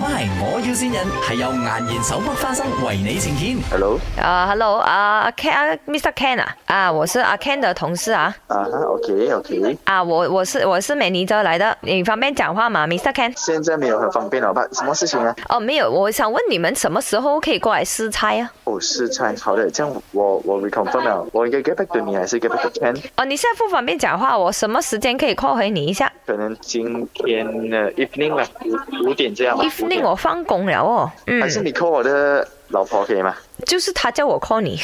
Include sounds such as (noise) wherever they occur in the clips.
MY，我要先人係由顏然手剝花生為你呈現。 Hello，啊、h e l l o 啊、Ken 啊，Mr. Ken 啊，啊，我是阿 Ken 的同事啊，啊哈，OK，OK，啊，我我是我是美尼州来的，你方便讲话吗，Mr. Ken？现在没有很方便，老板，什么事情啊？哦，没有，我想问你们什么时候可以过来试菜啊？哦，是菜，好的，这样我我 reconfirm 了，我应该 get back to 你还是 get back to Ken？哦，你现在不方便讲话，我什么时间可以 call 回你一下可能今天的 evening 吧，五五点这样吧。五点？Evening 我放工了哦，嗯哦还，是你 call 我的老婆可以吗？就是他叫我 call 你，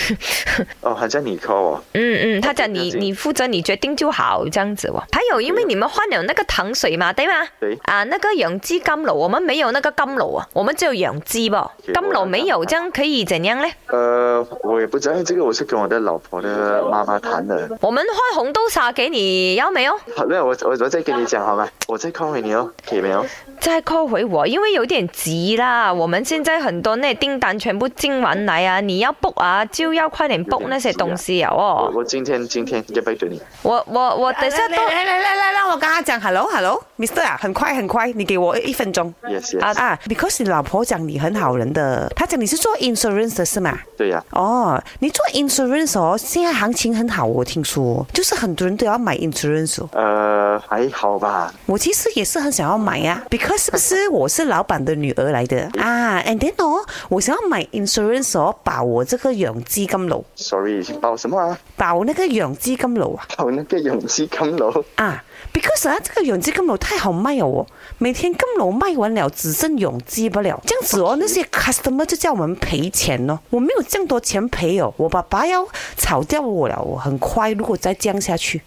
哦，好像你 call 我。嗯嗯，他讲了你解你负责你决定就好这样子哦。还有，因为你们换了那个糖水嘛，对吗？对啊，那个养鸡甘露，我们没有那个甘露啊，我们只有养鸡吧。结果呢甘露没啊有，这样可以怎样呢？呃，我也不知道，因为这个我是跟我的老婆的妈妈谈的。我们换红豆沙给你，要没有？好的，我我我再跟你讲好吗？我再 call 回你哦，可以没有？再 call 回我，因为有点急啦。我们现在很多那订单全部进完来啊，你要 book 啊，就要快点 book 有点急啊那些东西啊我哦。我今天今天 get back to 你。我我我等一下来都来来来来，让我跟他讲 hello hello Mister 啊，很快很快，你给我一分钟 Yes yes，、啊啊，because 你老婆讲你很好人的，她讲你是做 insurance 的是吗？对呀、哦，你做 insurance 哦，现在行情很好，我听说，就是很多人都要买 insurance 哦。呃，还好吧。我其实也是很想要买呀、b e c a u s e 是不是我是老板的女儿来的啊？And then 哦，我想要买 insurance 哦，保我这个养鸡金楼， Sorry，包什么啊？保那个养鸡金楼啊。包那个永基金楼。啊，because 啊，这个永基金楼太好卖了哦，每天金楼卖完了，只剩永基不了，这样子哦，那些 customer 就叫我们赔钱哦，我没有这样多钱赔哦，我爸爸要炒掉我了，我很快，如果再这样下去，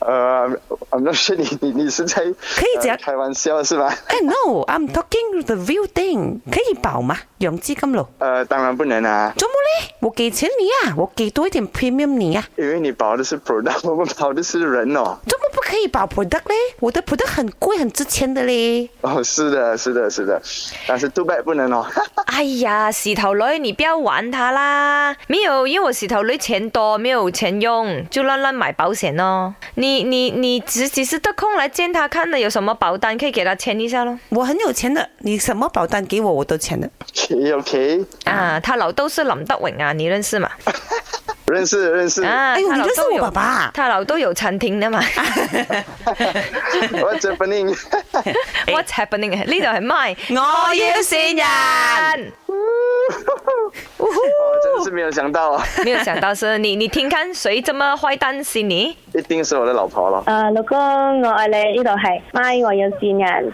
呃，I'm not sure 你你你是在可以讲开玩笑是吧？哎，no，I'm talking the real thing，可以保吗？永基金楼，呃，当然不能啊，怎么嘞？我给钱你啊，我给多一点 premium 你啊，因为你保的是 product，我们 (laughs) 保的是人哦。怎么不可以保 product 嘞？我的 product 很贵，很值钱的嘞。哦，是的，是的，是的，但是 d u 不能哦。 (laughs) 哎呀，洗头女，你不要玩他啦！没有，因为我洗头女钱多，没有钱用，就乱乱买保险咯。你你你只只是得空来见他，看了有什么保单可以给他签一下咯。我很有钱的，你什么保单给我，我都签的。 OK OK，啊，他老豆是林德荣啊，你认识吗？认识认识，啊，哎呦，他你老认识豆我有爸爸、哎啊？他老豆有餐厅的 (laughs) 嘛 (laughs) 我 (laughs) Japanese。 ？What's happening？呢度係 my，我要線人，哦，真的是没有想到啊，没有想到是你，你听看谁这么坏蛋是你？一定是我的老婆咯。誒、呃老公，我愛你，呢度係咪我要線人。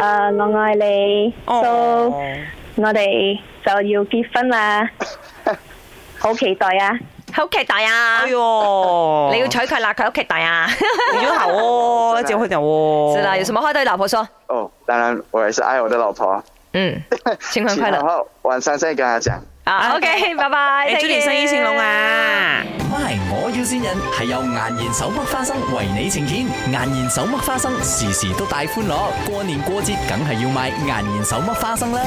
誒、我愛你，哦 so, 我哋就要結婚啦，好期待啊！好期待啊！哎呦，你要娶佢啦，佢好期待啊！你就好哦，要结婚了哦。是啦，有什么话对老婆说？哦，当然我也是爱我的老婆。嗯， (laughs) 新婚快然乐后晚上再跟她讲。啊！OK，拜拜，哎，祝你生意兴隆！啊！ MY，我要先人係由顏然手剝花生為你呈現。顏然手剝花生時時都帶歡樂，過年過節梗係要買顏然手剝花生啦。